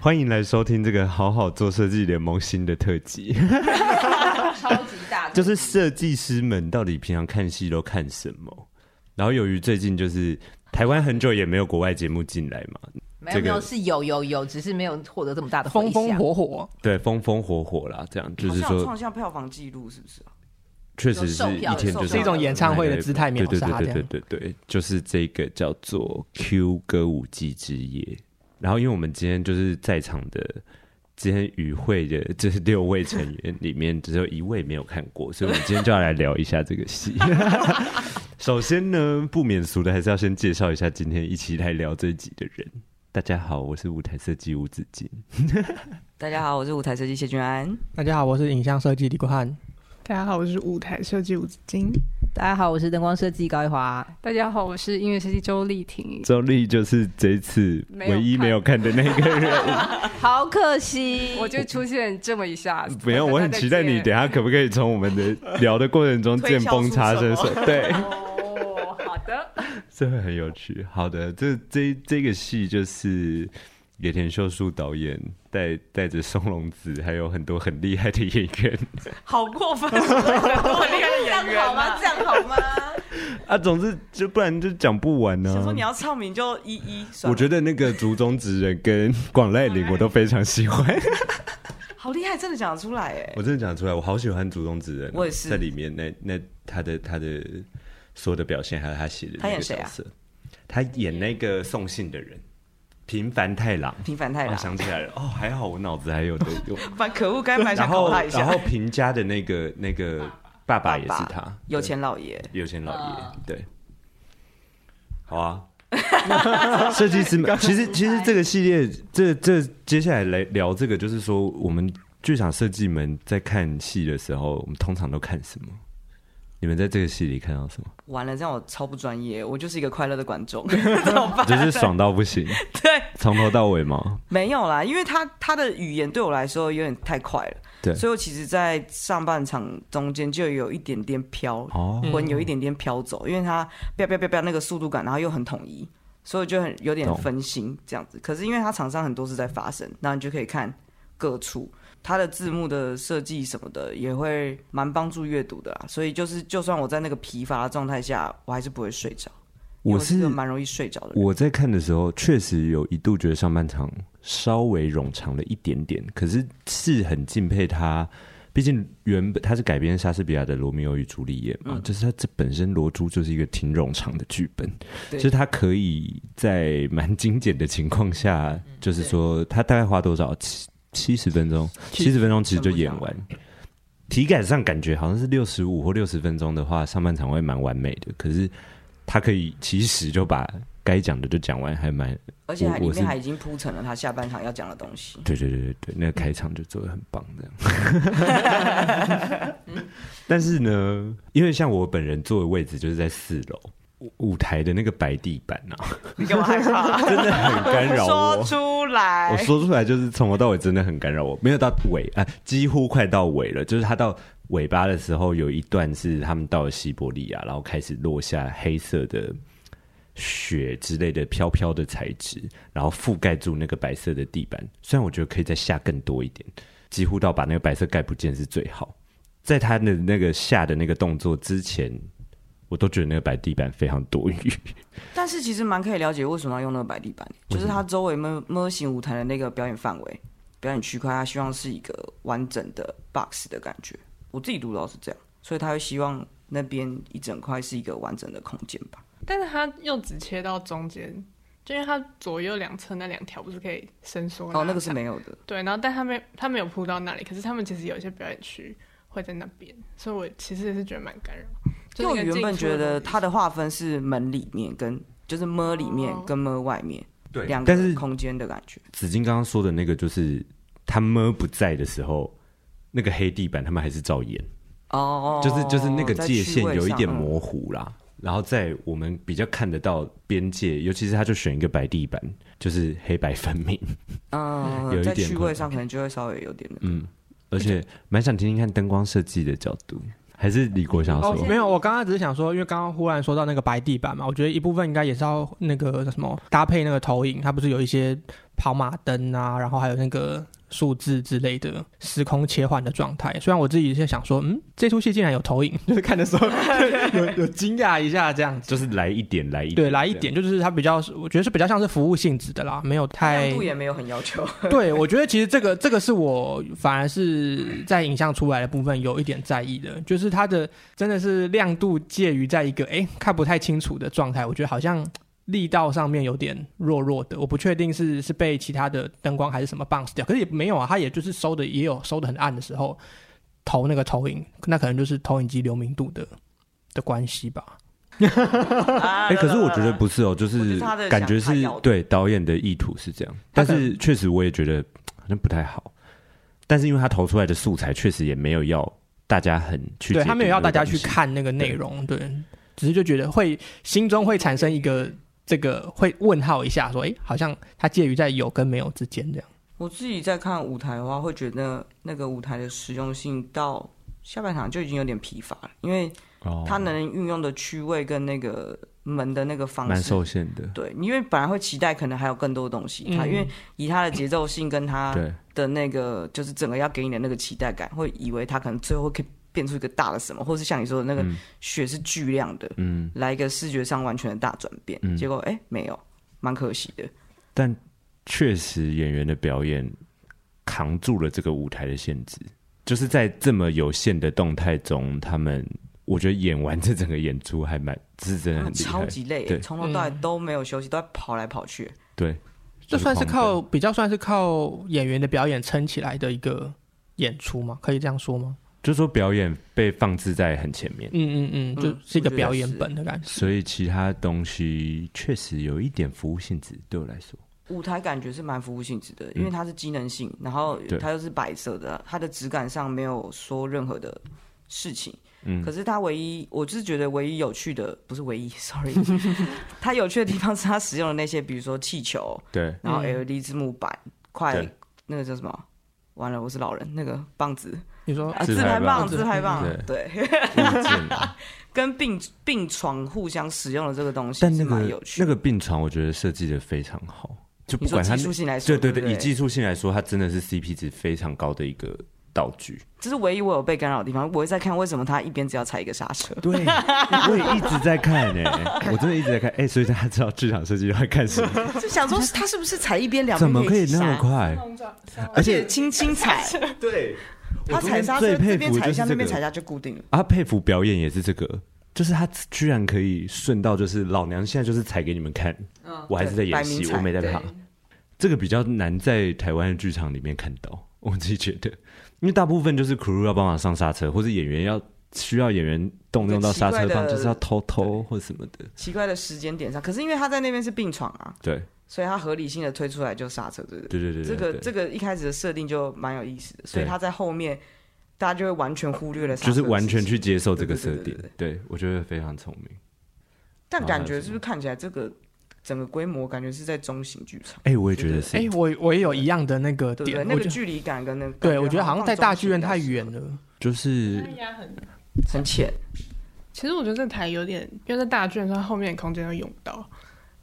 欢迎来收听这个“好好做设计联盟”新的特 辑，超级大，就是设计师们到底平常看戏都看什么？然后由于最近就是台湾很久也没有国外节目进来嘛，没这有个没有是有有有，只是没有获得这么大的回风响风火火，对，风风火火啦，这样就是好像有说创下票房纪录，是不是啊？确实是一天就是是一种演唱会的姿态秒对对杀这对对样。对对对，就是这个叫做 Q 歌舞伎之夜。然后，因为我们今天就是在场的，今天与会的这六位成员里面，只有一位没有看过，所以我们今天就要来聊一下这个 戏。首先呢，不免俗的，还是要先介绍一下今天一起来聊这一集的人。大家好，我是舞台设计吴子敬。大家好，我是舞台设计谢君安。大家好，我是影像设计李国汉。大家好，我是舞台设计吴子金。大家好，我是灯光设计高一华，大家好，我是音乐设计周丽婷。周丽就是这一次没有唯一没有看的那个人。好可惜，我就出现这么一下， 没有，我很期待你等一下可不可以从我们 的聊的过程中见缝插针， 说对，哦，好的，这会很有趣。好的，这这这个戏就是野田秀树导演带带着松隆子，还有很多很厉害的演员好过分！我厉害的演这员样好吗？啊这！样好 吗？啊，总之就不然就讲不完呢、想说你要唱名就一一，我觉得得那个竹中直人跟广濑铃我都非常喜欢，好厉害，真的讲得出来哎。我真的讲出来，我好喜欢竹中直人哦、我也是在里面那那他的他的所有的表现，还有他写的他那演个谁角啊色，他演那个送信的人，平凡太郎。平凡太我郎，想起来了，哦，还好我脑子还有的 有。蛮可恶，该蛮然想后考他一然后下。平家的那个那个爸爸也是爸他，有钱老爷，对有钱老爷啊嗯，对，好啊。 设计师们，其实其实这个系列，这这接下来来聊这个，就是说我们剧场设计们在看戏的时候，我们通常都看什么？你们在这个戏里看到 什么？完了，这样我超不专业，我就是一个快乐的观众， 怎么办？就是爽到不行， 对，从头到尾吗？没有啦，因为他他的语言对我来说有点太快了，对所以我其实，在上半场中间就有一点点飘，哦，魂有一点点飘走，因为他飙飙飙飙那个速度感，然后又很统一，所以我就很有点懂分心这样子。可是因为它场上很多事在发生，那你就可以看各处它的字幕的设计什么的，也会蛮帮助阅读的啦。所以就是，就算我在那个疲乏的状态下，我还是不会睡着。因为我我是嗯个蛮容易睡着的人。我在看的时候，确实有一度觉得上半场稍微冗长了一点点，可是是很敬佩他。毕竟原本他是改编莎士比亚的《罗密欧与朱丽叶》嘛，嗯就是他这本身《罗珠》就是一个挺冗长的剧本，对就是他可以在蛮精简的情况下，就是说他大概花多少七七十分钟，七十分钟其实就演完。体感上感觉好像是六十五或六十分钟的话，上半场会蛮完美的，可是他可以其实就把该讲的就讲完，还蛮而且还我里我是面还已经铺陈了他下半场要讲的东 西。对对对对对，那个开场就做的很棒这样。 但是呢，因为像我本人坐的位置就是在四楼。舞舞台的那个白地板 啊，你干嘛害怕？真的很干扰我。说出来，我说出来就是从头到尾真的很干扰我，没有到尾啊、几乎快到尾了。就是他到尾巴的时候，有一段是他们到了西伯利亚，然后开始落下黑色的雪之类的飘飘的材质，然后覆盖住那个白色的地板。虽然我觉得可以再下更多一点，几乎到把那个白色盖不见是最好。在他的那个下的那个动作之前，我都觉得那个白地板非常多余。但是其实蛮可以了解为什么要用那个白地板，就是它周围模模型舞台的那个表演范围、表演区块，它希望是一个完整的 box 的感觉。我自己读到是这样，所以他会希望那边一整块是一个完整的空间吧。但是它又只切到中间，就因为它左右两侧那两条不是可以伸缩拉长？哦，那个是没有的，对，然后但他没他没有铺到那里，可是他们其实有一些表演区会在那边，所以我其实也是觉得蛮干扰。因为我就是那个原本进出觉得的东西它的划分是门里面跟就是么里面哦跟么外面对两但是个空间的感觉。子金刚刚说的那个，就是他们不在的时候，那个黑地板他们还是照演，哦，就是就是那个在界限趣味有一点上嗯模糊啦。然后在我们比较看得到边界，尤其是他就选一个白地板，就是黑白分明，嗯，有一在点趣困味难上可能就会稍微有点那个。嗯，而且蛮想听听看灯光设计的角度，还是李国祥哦说，，没有，我刚刚只是想说，因为刚刚忽然说到那个白地板嘛，我觉得一部分应该也是要那个叫什么搭配那个投影，它不是有一些跑马灯啊，然后还有那个数字之类的时空切换的状态。虽然我自己是想说，嗯，这出戏竟然有投影， 就是看的时候 有有惊讶一下这样子。就是来一点，来一点，对，来一点，就是它比较，我觉得是比较像是服务性质的啦，没有太哎亮度也没有很要求，对，我觉得其实这个这个是我反而是在影像出来的部分有一点在意的，就是它的真的是亮度介于在一个哎看不太清楚的状态，我觉得好像力道上面有点弱弱的，我不确定是是被其他的灯光还是什么 bounce 掉，可是也没有啊，它也就是收的也有收的很暗的时候投那个投影，那可能就是投影机流明度的的关系吧。哎哎、可是我觉得不是哦，就我觉是得他的感觉想法是要的对导演的意图是这样，他但可能是确实我也觉得好像不太好。但是因为他投出来的素材确实也没有要大家很去，对他没有要大家去，看那个内容，对，只是就觉得会心中会产生一个这个会问号一下，说，哎，好像它介于在有跟没有之间这样。我自己在看舞台的话，会觉得那个舞台的实用性到下半场就已经有点疲乏了，因为它哦，能运用的区位跟那个门的那个方蛮式受限的，对，因为本来会期待可能还有更多东西，他、嗯因为以他的节奏性跟他对，的那个，就是整个要给你的那个期待感，会以为他可能最后可以变出一个大的什么，或是像你说的那个雪是巨量的，嗯，来一个视觉上完全的大转变，嗯结果哎、没有，蛮可惜的。但确实演员的表演扛住了这个舞台的限制，就是在这么有限的动态中，他们我觉得演完这整个演出还蛮是真的很他们厉啊超害，级累，对从头到尾都没有休息，都在跑来跑去。对，这就是算是狂靠比较算是靠演员的表演撑起来的一个演出吗？可以这样说吗？就是说表演被放置在很前面。嗯嗯嗯，嗯就是一个我觉得表演是本的感觉。所以其他东西确实有一点服务性质，对我来说，舞台感觉是蛮服务性质的，因为它是机能性，然后对它又是白色的，它的质感上没有说任何的事情。嗯可是它唯一，我就是觉得唯一有趣的，不是唯一 ，sorry，它有趣的地方是它使用的那些，比如说气球， 对，然后 LED 字幕板，快嗯对那个叫什么？完了，我是老人，那个棒子你说啊，自自拍拍棒棒，自拍棒，对，物件啊跟病病床互相使用的这个东西但是那蛮有个趣那的。个病床，我觉得设计的非常好，就不你说管它技，术性来说，对对对对，以不技术性来说，它真的是 CP 值非常高的一个道 具。这是唯一我有被干扰的地方。我会在看为什么他一边只要踩一个刹车，对，我也一直在看诶、我真的一直在看诶、欸所以大家知道剧场设计要看什么，就想说他是不是踩一啊边两怎边么可以那么一起快？刹？而且轻轻踩， 对，他踩刹车最这佩边服踩就一是下，这那边踩一个，下就固定了。啊，佩服表演也是这个，就是他居然可以顺到，就是老娘现在就是踩给你们看，我还是在演嗯对摆戏明，我踩没在怕。这个比较难在台湾的剧场里面看到， 我自己觉得，因为大部分就是 crew 要帮忙上刹车，或是演员要需要演员动用到刹车一个奇怪棒，的就是要偷偷或什么的。奇怪的时间点上，可是因为他在那边是病床啊，对，所以他合理性的推出来就刹车，对不对？对对对对这对个这个一开始的设定就蛮有意思的，所以对他在后面大家就会完全忽略了刹车就的事是情，完全去接受这个设对对定对对。对，我觉得非常聪明。但感觉是不是看起来这个整个规模感觉是在中型剧场，哎，我也觉得哎是，，我我也有一样的那个对不对？点，那我觉个得距离感跟那个感觉，对，我觉得好像在大剧院放太中型比较远了。就是哎压很。适合，很浅。其实我觉得这台有点，因为在大卷，它后面的空间都用不到，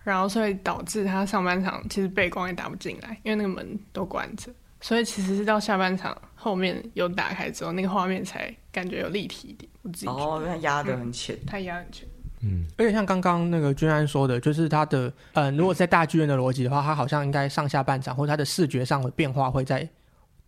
然后所以导致它上半场其实背光也打不进来，因为那个门都关着，所以其实是到下半场后面有打开之后，那个画面才感觉有立体一点。我自己觉得哦，因为它压得很嗯浅，太压很全，而且像刚刚那个君安说的，就是他的，嗯、如果是在大剧院的逻辑的话，他好像应该上下半场或者他的视觉上的变化会在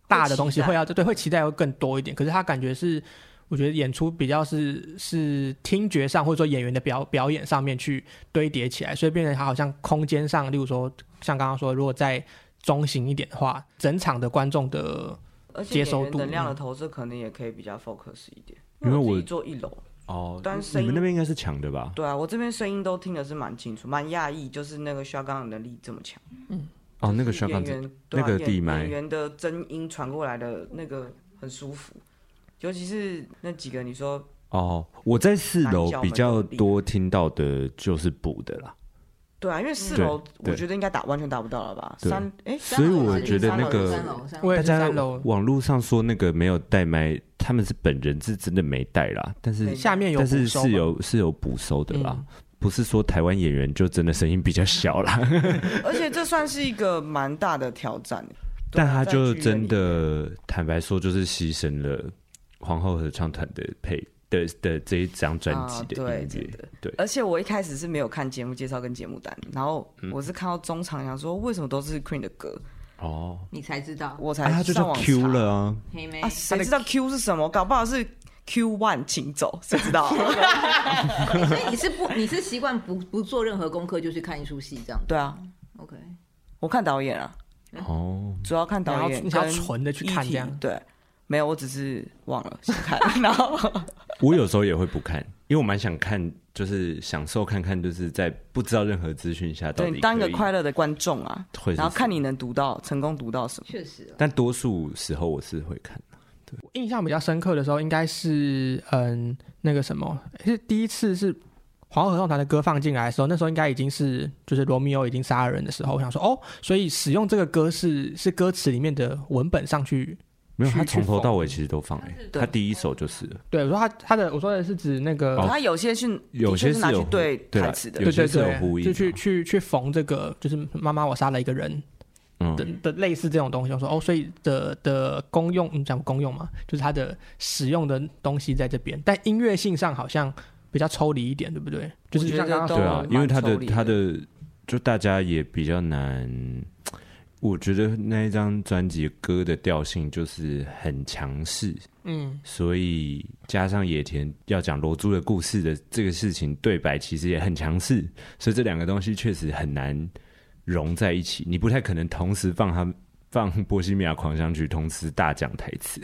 大的东西会期待会要对会期待会更多一点。可是他感觉是，我觉得演出比较是是听觉上或者说演员的表表演上面去堆叠起来，所以变成他好像空间上，例如说像刚刚说，如果再中型一点的话，整场的观众的而且接收演员度能量的嗯投射可能也可以比较 focus 一点，因为我我自己坐一楼，哦但是你们那边应该是强的吧？对啊，我这边声音都听的是蛮清楚，蛮讶异，就是那个肖钢的能力这么强，哦，那个就是香港演子，员对啊那个演地麦演员的真音传过来的那个很舒服，尤其是那几个你说哦，我在四楼南角比门较的地方多听到的就是补的啦，对啊，因为四对楼我对觉得应该打完全打不到了吧？对三 哎，所以我觉得那三个。楼三楼我也大是家三楼网络上说那个没有带麦，他们是本人是真的没带啦，但是没下面有但补是收是吧嗯有是有补收的啦。不是说台湾演员就真的声音比较小 啦，啊而且这算是一个蛮大的挑战。对但啊他在就剧院真里的坦白说，就是牺牲了皇后合唱团的配的的这一张专啊辑的对音真乐，的对而且我一开始是没有看节目介绍跟节目单，然后嗯我是看到中场想说为什么都是 Queen 的歌，哦，你才知道我啊，才他就呃上叫网查 Q 了啊，黑妹啊，谁知道 Q 是什么？搞不好是 Q One，请走，谁知道 啊？所以你是不你是习惯不不做任何功课就去看一出戏这样对啊， ？OK，我看导演啊，哦，主要看你导要演你要跟 E 纯的去看 ET 这样对，没有，我只是忘了先 看，然后我有时候也会不看，因为我蛮想看，就是享受看看，就是在不知道任何资讯下到对底你当一个快乐，乐的观众啊，会是然后看什么，你能读到成功读到什么。确实啊，但多数时候我是会看的，我印象比较深刻的时候，应该是嗯那个什么，是第一次是皇后合唱团的歌放进来的时候，那时候应该已经是就是罗密欧已经杀了人的时候，我想说哦，所以使用这个歌是是歌词里面的文本上去。没有，去他从去头缝到尾其实都放，哎，对他第一首就是了，对，我说他他的我说的是指那个、哦他有些是有的些确是是拿去有对对啦台词的有对些对是有呼应对，就的去去去缝这个，就是妈妈我杀了一个人嗯的，的类似这种东西。我说哦，所以的的功用，你讲功用嘛，就是它的使用的东西在这边，但音乐性上好像比较抽离一点，对不对？就是我觉像得刚刚都对啊蛮，因为他抽的离他的就大家也比较难，我觉得那一张专辑歌的调性就是很强势，嗯，所以加上野田要讲罗珠的故事的这个事情，对白其实也很强势，所以这两个东西确实很难融在一起，你不太可能同时放他放《波西米亚狂想曲》，同时大讲台词，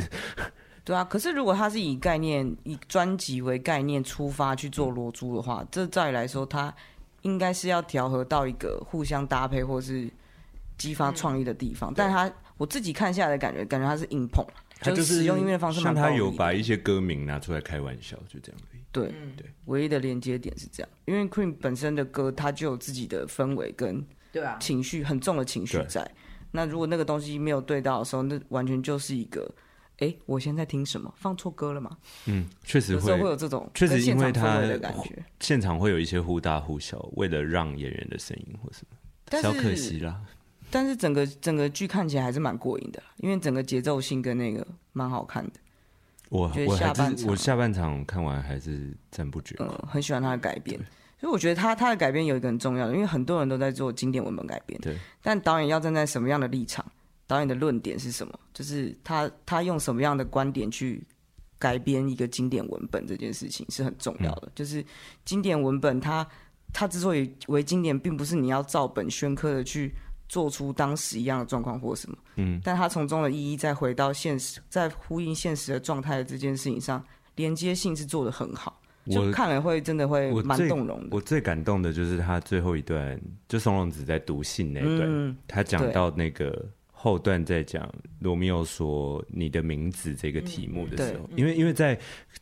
对啊，可是如果他是以概念、以专辑为概念出发去做罗珠的嗯话，这照理来说，他应该是要调和到一个互相搭配或是激发创意的地嗯方。但他我自己看下来的感觉，感觉他是硬碰，是使用音乐的方式像蛮暴他力有的把嗯一些歌名拿出来开玩笑，就这样而已。对、嗯对，唯一的连接点是这样，因为 Queen 本身的歌，它就有自己的氛围跟对啊，情绪很重的情绪对在。那如果那个东西没有对到的时候，那完全就是一个，哎，我现在听什么？放错歌了吗？嗯，确实有时候会会有这种确实跟现因为场氛围它的感觉。现场会有一些忽大忽小，为了让演员的声音或什么，但是小可惜啦。但是整个整个剧看起来还是蛮过瘾的啦，因为整个节奏性跟那个蛮好看的，我觉得我下还半是场我下半场看完还是赞不绝口。嗯，很喜欢它的改编。所以我觉得他他的改编有一个很重要的，因为很多人都在做经典文本改编，对，但导演要站在什么样的立场，导演的论点是什么，就是他他用什么样的观点去改编一个经典文本这件事情是很重要的。嗯就是经典文本它它之所以为经典，并不是你要照本宣科的去做出当时一样的状况或什么，嗯，但它从中的意义再回到现实，在呼应现实的状态的这件事情上，连接性是做的很好，就我看了会真的会我蛮最动容的。我最感动的就是他最后一段，就松隆子在读信那一段，嗯，他讲对到那个后段在讲罗密欧说你的名字这个题目的时候，因为因为在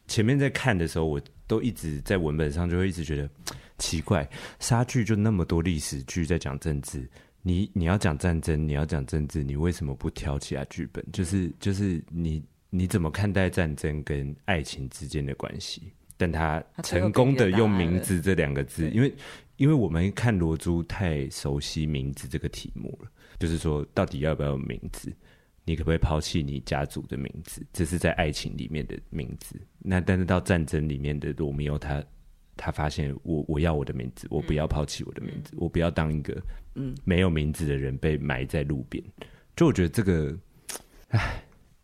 前面在看的时候，我都一直在文本上就会一直觉得奇怪，莎剧就那么多历史剧在讲政治。你你要讲战争，你要讲政治，你为什么不挑其他剧本？就是就是你你怎么看待战争跟爱情之间的关系？但他他最后成功给的你的答用案名了字这两个字，因为因为我们看罗珠太熟悉名字这个题目了，就是说到底要不要有名字？你可不可以抛弃你家族的名字？这是在爱情里面的名字。那但是到战争里面的罗密欧他，他发现我我要我的嗯名字，我不要抛弃我的名字，我不要当一个嗯没有名字的人被埋在路边。就我觉得这个，唉，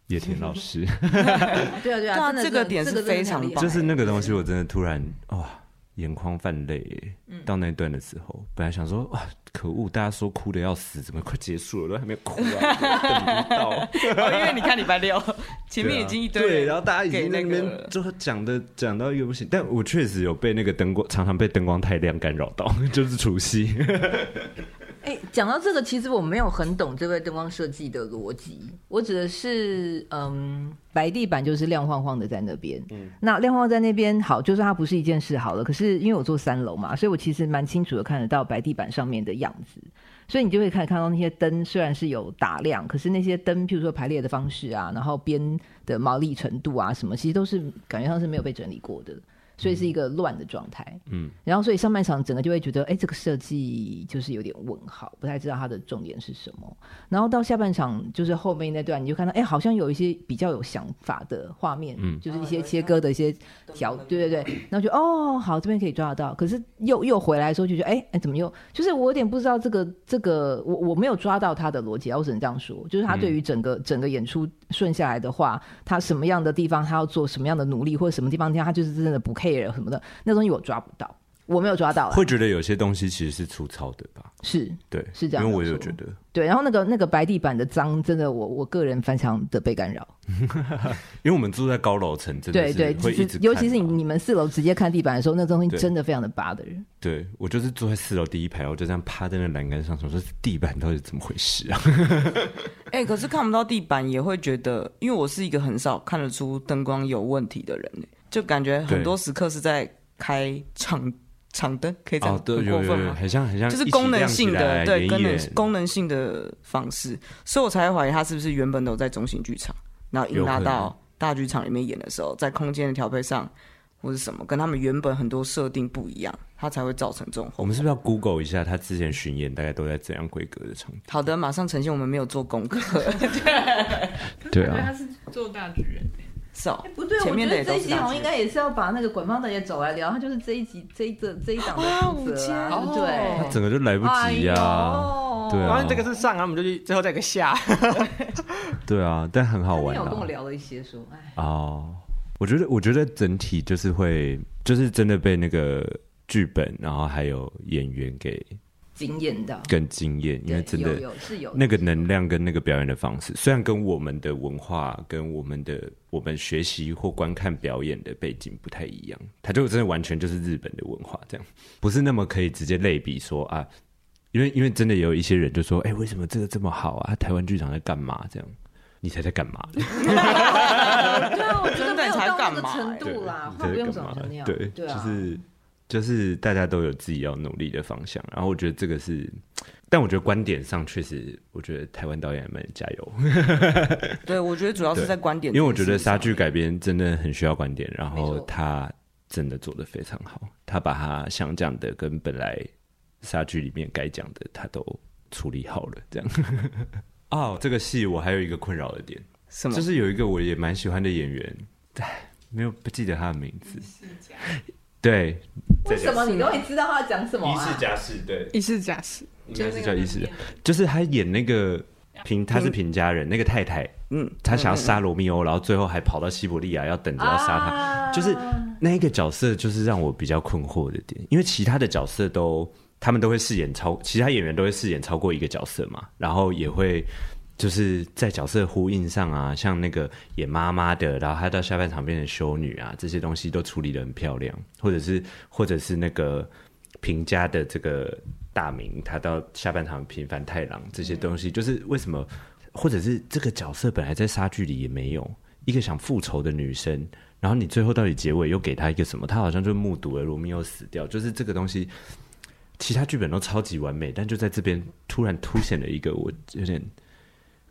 野田老 师，对啊对对啊，啊真的这个点是真的非常厉害棒就是那个东西，我真的突然哇、眼眶泛泪耶。嗯到那一段的时候，本来想说哇，可恶，大家说哭的要死，怎么快结束了，都还没哭啊，等不到。哦，因为你看礼拜六前面已经一堆人对，啊然后大家已给经在那那个边就讲的讲到一个不行，但我确实有被那个灯光常常被灯光太亮干扰到， 就是除夕。 哎，讲到这个，其实我没有很懂这位灯光设计的逻辑。我指的是，嗯，白地板就是亮晃晃的在那边。嗯，那亮晃晃在那边好，就算它不是一件事好了。可是因为我坐三楼嘛，所以我其实蛮清楚的看得到白地板上面的样子。所以你就会看看到那些灯虽然是有打亮，可是那些灯，譬如说排列的方式啊，然后边的毛利程度啊什么，其实都是感觉上是没有被整理过的。所以是一个乱的状态。嗯，然后所以上半场整个就会觉得，哎，这个设计就是有点问号，不太知道它的重点是什么。然后到下半场就是后面那段，你就看到，哎，好像有一些比较有想法的画面，嗯就是一些切割的一些调，对对对。然后就哦，好，这边可以抓得到，可是又又回来的时候就觉得，哎哎，怎么又？就是我有点不知道这个这个，我我没有抓到他的逻辑啊，我只能这样说，就是他对于整个、整个演出顺下来的话，他什么样的地方他要做什么样的努力，或者什么地方他就是真的不 care 什么的，那东西我抓不到，我没有抓到啦，啊会觉得有些东西其实是粗糙的吧？是对，是这样因为我没有错觉得，对。然后那个那个白地板的脏，真的我我个人非常的被干扰，因为我们住在高楼层，真的对是对，会一其直实看到，尤其是你你们四楼直接看地板的时候，那东西对真的非常的 bother。对我就是坐在四楼第一排，我就这样趴在那栏杆上，想说地板到底怎么回事 啊？哎、可是看不到地板也会觉得，因为我是一个很少看得出灯光有问题的人，就感觉很多时刻是在开场场灯，可以这样、哦，对，很有过有分有，吗？很像很像，就是功能性的，对功能功功能性的方式，所以我才会怀疑他是不是原本都在中型剧场，然后一有可拉能到大剧场里面演的时候，在空间的调配上或者什么，跟他们原本很多设定不一样，它才会造成这种我后果。们是不是要 Google 一下他之前巡演大概都在怎样规格的场地？好的，马上呈现我们没有做功课，对啊对，啊他，是做大剧人，是哦，不对，前面我觉的也得都这是一集大好像集应该也是要把那个管方的也找来聊，他就是这一集这一这这一档的啊负责啊，对午间不对，哦整个就来不哎及呦啊。对啊然后这个是上，然后我们就去最后再一个下。对啊，但很好他那玩天有的、跟我啊。聊了一些说，哎，哦，我觉得，我觉得整体就是会，就是真的被那个剧本，然后还有演员给惊艳到，更惊艳，因为对真的有有是有那个能量跟那个表演的方式，虽然跟我们的文化、跟我们的我们学习或观看表演的背景不太一样，它就真的完全就是日本的文化，这样不是那么可以直接类比说啊，因为因为真的有一些人就说，哎、为什么这个这么好啊？台湾剧场在干嘛？这样你才在干嘛？对啊，我觉得真的没有才到那干个嘛程欸对度啦，你话在不用干讲嘛成那样，对，对啊，就是就是大家都有自己要努力的方向，然后我觉得这个是，但我觉得观点上确实，我觉得台湾导演们加油。 对我觉得主要是在观点因这为我件觉事得情上莎面，剧改编真的很需要观点，然后没错他真的做的非常好，他把他想讲的跟本来莎剧里面该讲的他都处理好了，这样。 哦，这个戏我还有一个困扰的点，什么就？是有一个我也蛮喜欢的演员，唉，没有不记得他的名字。对，为什么你都会知道他要讲什么啊？家事，对，一世假释，应就该是是那叫个伊世家，就是他演那个平，他是平家人，那个太太，嗯，他想要杀罗密欧，然后最后还跑到西伯利亚要等着要杀他。啊就是那一个角色就是让我比较困惑的点，因为其他的角色都他们都会饰演超，其他演员都会饰演超过一个角色嘛，然后也会就是在角色呼应上啊，像那个演妈妈的，然后她到下半场变成修女啊，这些东西都处理的很漂亮，或者是或者是那个平家的这个大名，他到下半场平凡太郎这些东西，就是为什么，或者是这个角色本来在莎剧里也没有一个想复仇的女生，然后你最后到底结尾又给她一个什么？她好像就目睹了罗密欧死掉，就是这个东西，其他剧本都超级完美，但就在这边突然凸显了一个我有点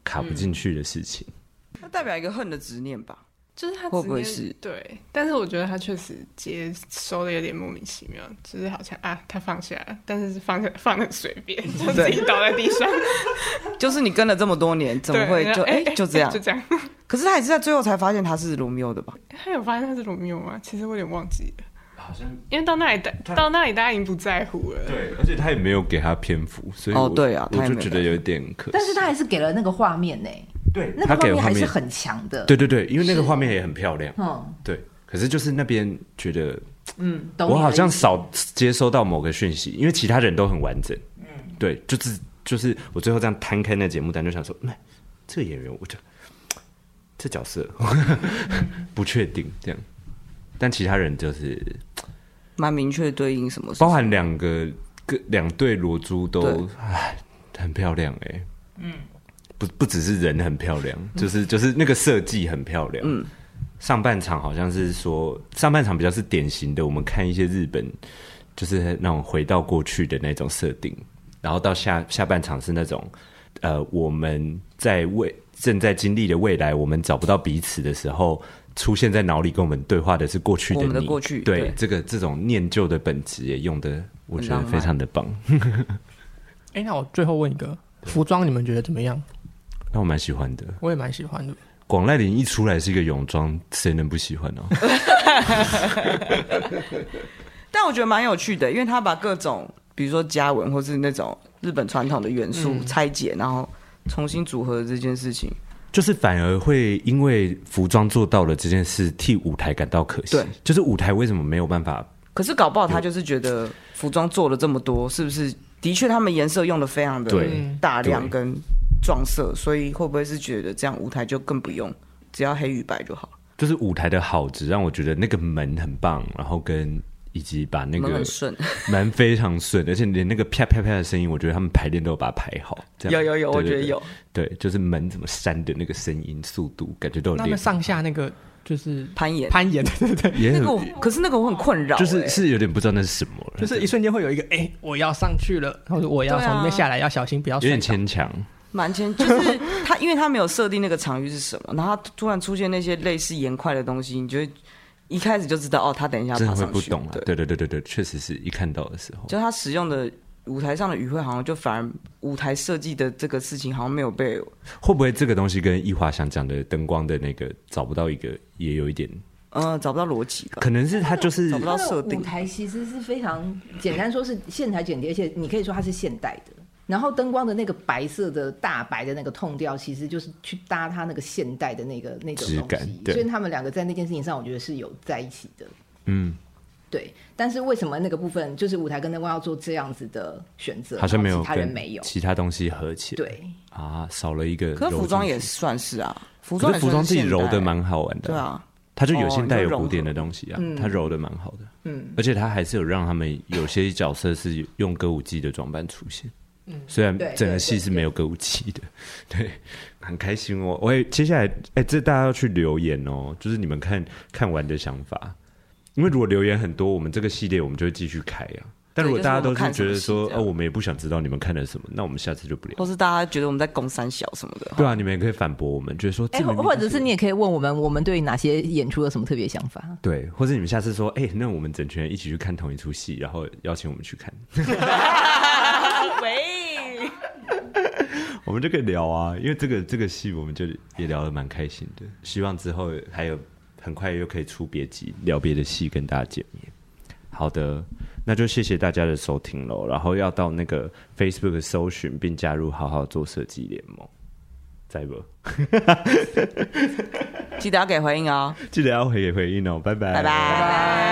卡不进去的事情。它代表一个恨的执念吧。就是他会不会直接是对？但是我觉得他确实接收的有点莫名其妙，就是好像啊，他放下了，但是放下放的随 便，就自己倒在地上，就是你跟了这么多年，怎么对会然就后哎、就这样 就？这样。可是他也是在最后才发现他是罗密欧的吧？他有发现他是罗密欧吗？其实我有点忘记了，好像因为到那里大到那里大家已经不在乎了。对，而且他也没有给他篇幅，所以哦 我对啊我他也就没觉有得有点可惜。但是他还是给了那个画面呢，对那他个画给面画还是面，很强的，对，对对，因为那个画面也很漂亮，嗯对。可是就是那边觉得嗯，懂你我好的像意思少接收到某个讯息，因为其他人都很完整。嗯对，就是就是我最后这样摊开那节目单，就想说，嗯，这个演员我这这角色 不确定这样，但其他人就是蛮明确对应什么事情？包含两个个两对罗珠都对唉很漂亮哎、嗯，不不只是人很漂嗯亮，就是就是那个设计很漂亮。嗯，上半场好像是说上半场比较是典型的，我们看一些日本就是那种回到过去的那种设定，然后到下下半场是那种呃我们在未正在经历的未来，我们找不到彼此的时候。出现在脑里跟我们对话的是过去的我你，们的过去对对这个这种念旧的本质也用的，我觉得很浪漫非常的棒。哎，那我最后问一个，服装你们觉得怎么样？那我蛮喜欢的。我也蛮喜欢的。广濑铃一出来是一个泳装，谁能不喜欢哦 呢、但我觉得蛮有趣的，因为他把各种比如说家纹或是那种日本传统的元素拆解，然后重新组合这件事情，就是反而会因为服装做到了这件事，替舞台感到可惜对。就是舞台为什么没有办法？可是搞不好他就是觉得服装做了这么多，是不是？的确，他们颜色用的非常的对嗯大量对跟撞色，所以会不会是觉得这样舞台就更不用，只要黑与白就好？就是舞台的好，只让我觉得那个门很棒，然后跟以及把那门个很顺，门非常顺，而且连那个啪啪啪的声音，我觉得他们排练都有把它排好。这 有样有有，我对对觉得对有。对，就是门怎么扇的那个声音、速度，感觉都有那练个上下那个就是攀岩，攀岩， 对对对，也那很个我，嗯可是那个我很困扰欸、就是是有点不知道那是什么了，就是一瞬间会有一个哎，我要上去了，然后说我要从里面下来，要小心不要有摔点倒。牵强。蛮前， 就是他，因为他没有设定那个场域是什么，然后他突然出现那些类似岩块的东西，你就会一开始就知道哦，他等一下真爬的会上不去。懂了。啊对，对对对对对，确实是一看到的时候，就他使用的舞台上的语汇，好像就反而舞台设计的这个事情好像没有被会不会这个东西跟易华想讲的灯光的那个找不到一个，也有一点，呃找不到逻辑吧。可能是他就是找不到它的设定舞台其实是非常简单，说是线材剪叠，而且你可以说它是现代的。然后灯光的那个白色的大白的那个痛调，其实就是去搭它那个现代的那个那个质东感西。对所以他们两个在那件事情上，我觉得是有在一起的。嗯，对，但是为什么那个部分就是舞台跟灯光要做这样子的选择？好像没有然后其他人跟没有。其他东西合起来，对，啊，少了一个揉进去。可是服装也算是啊，服可装是也服装算自己现代欸揉的蛮好玩的，对，啊，它就有现代哦有有融合古典的东西啊，它揉的蛮好的，嗯，而且它还是有让他们有些角色是用歌舞伎的装扮出现。虽然对整个戏是没有歌舞伎的，嗯 对，很开心哦。我也接下来，哎、这大家要去留言哦，就是你们看看完的想法，因为如果留言很多，我们这个系列我们就会继续开啊。但如果对就是大家我都们是看觉得什么说戏，这哦，样我们也不想知道你们看了什么，那我们下次就不聊。或是大家觉得我们在攻三小什么的， 对啊，你们也可以反驳我们，觉得说，哎、这或明明或就者是你也可以问我们，我们对哪些演出有什么特别想法？对，或者你们下次说，哎、那我们整群人一起去看同一出戏，然后邀请我们去看，喂，我们就可以聊啊，因为这个这个戏我们就也聊得蛮开心的，希望之后还有很快又可以出别集聊别的戏跟大家见面。好的，那就谢谢大家的收听喽，然后要到那个 Facebook 搜寻并加入好好做设计联盟，在不？记得要给回应哦，记得要回给回应哦，拜拜，拜拜。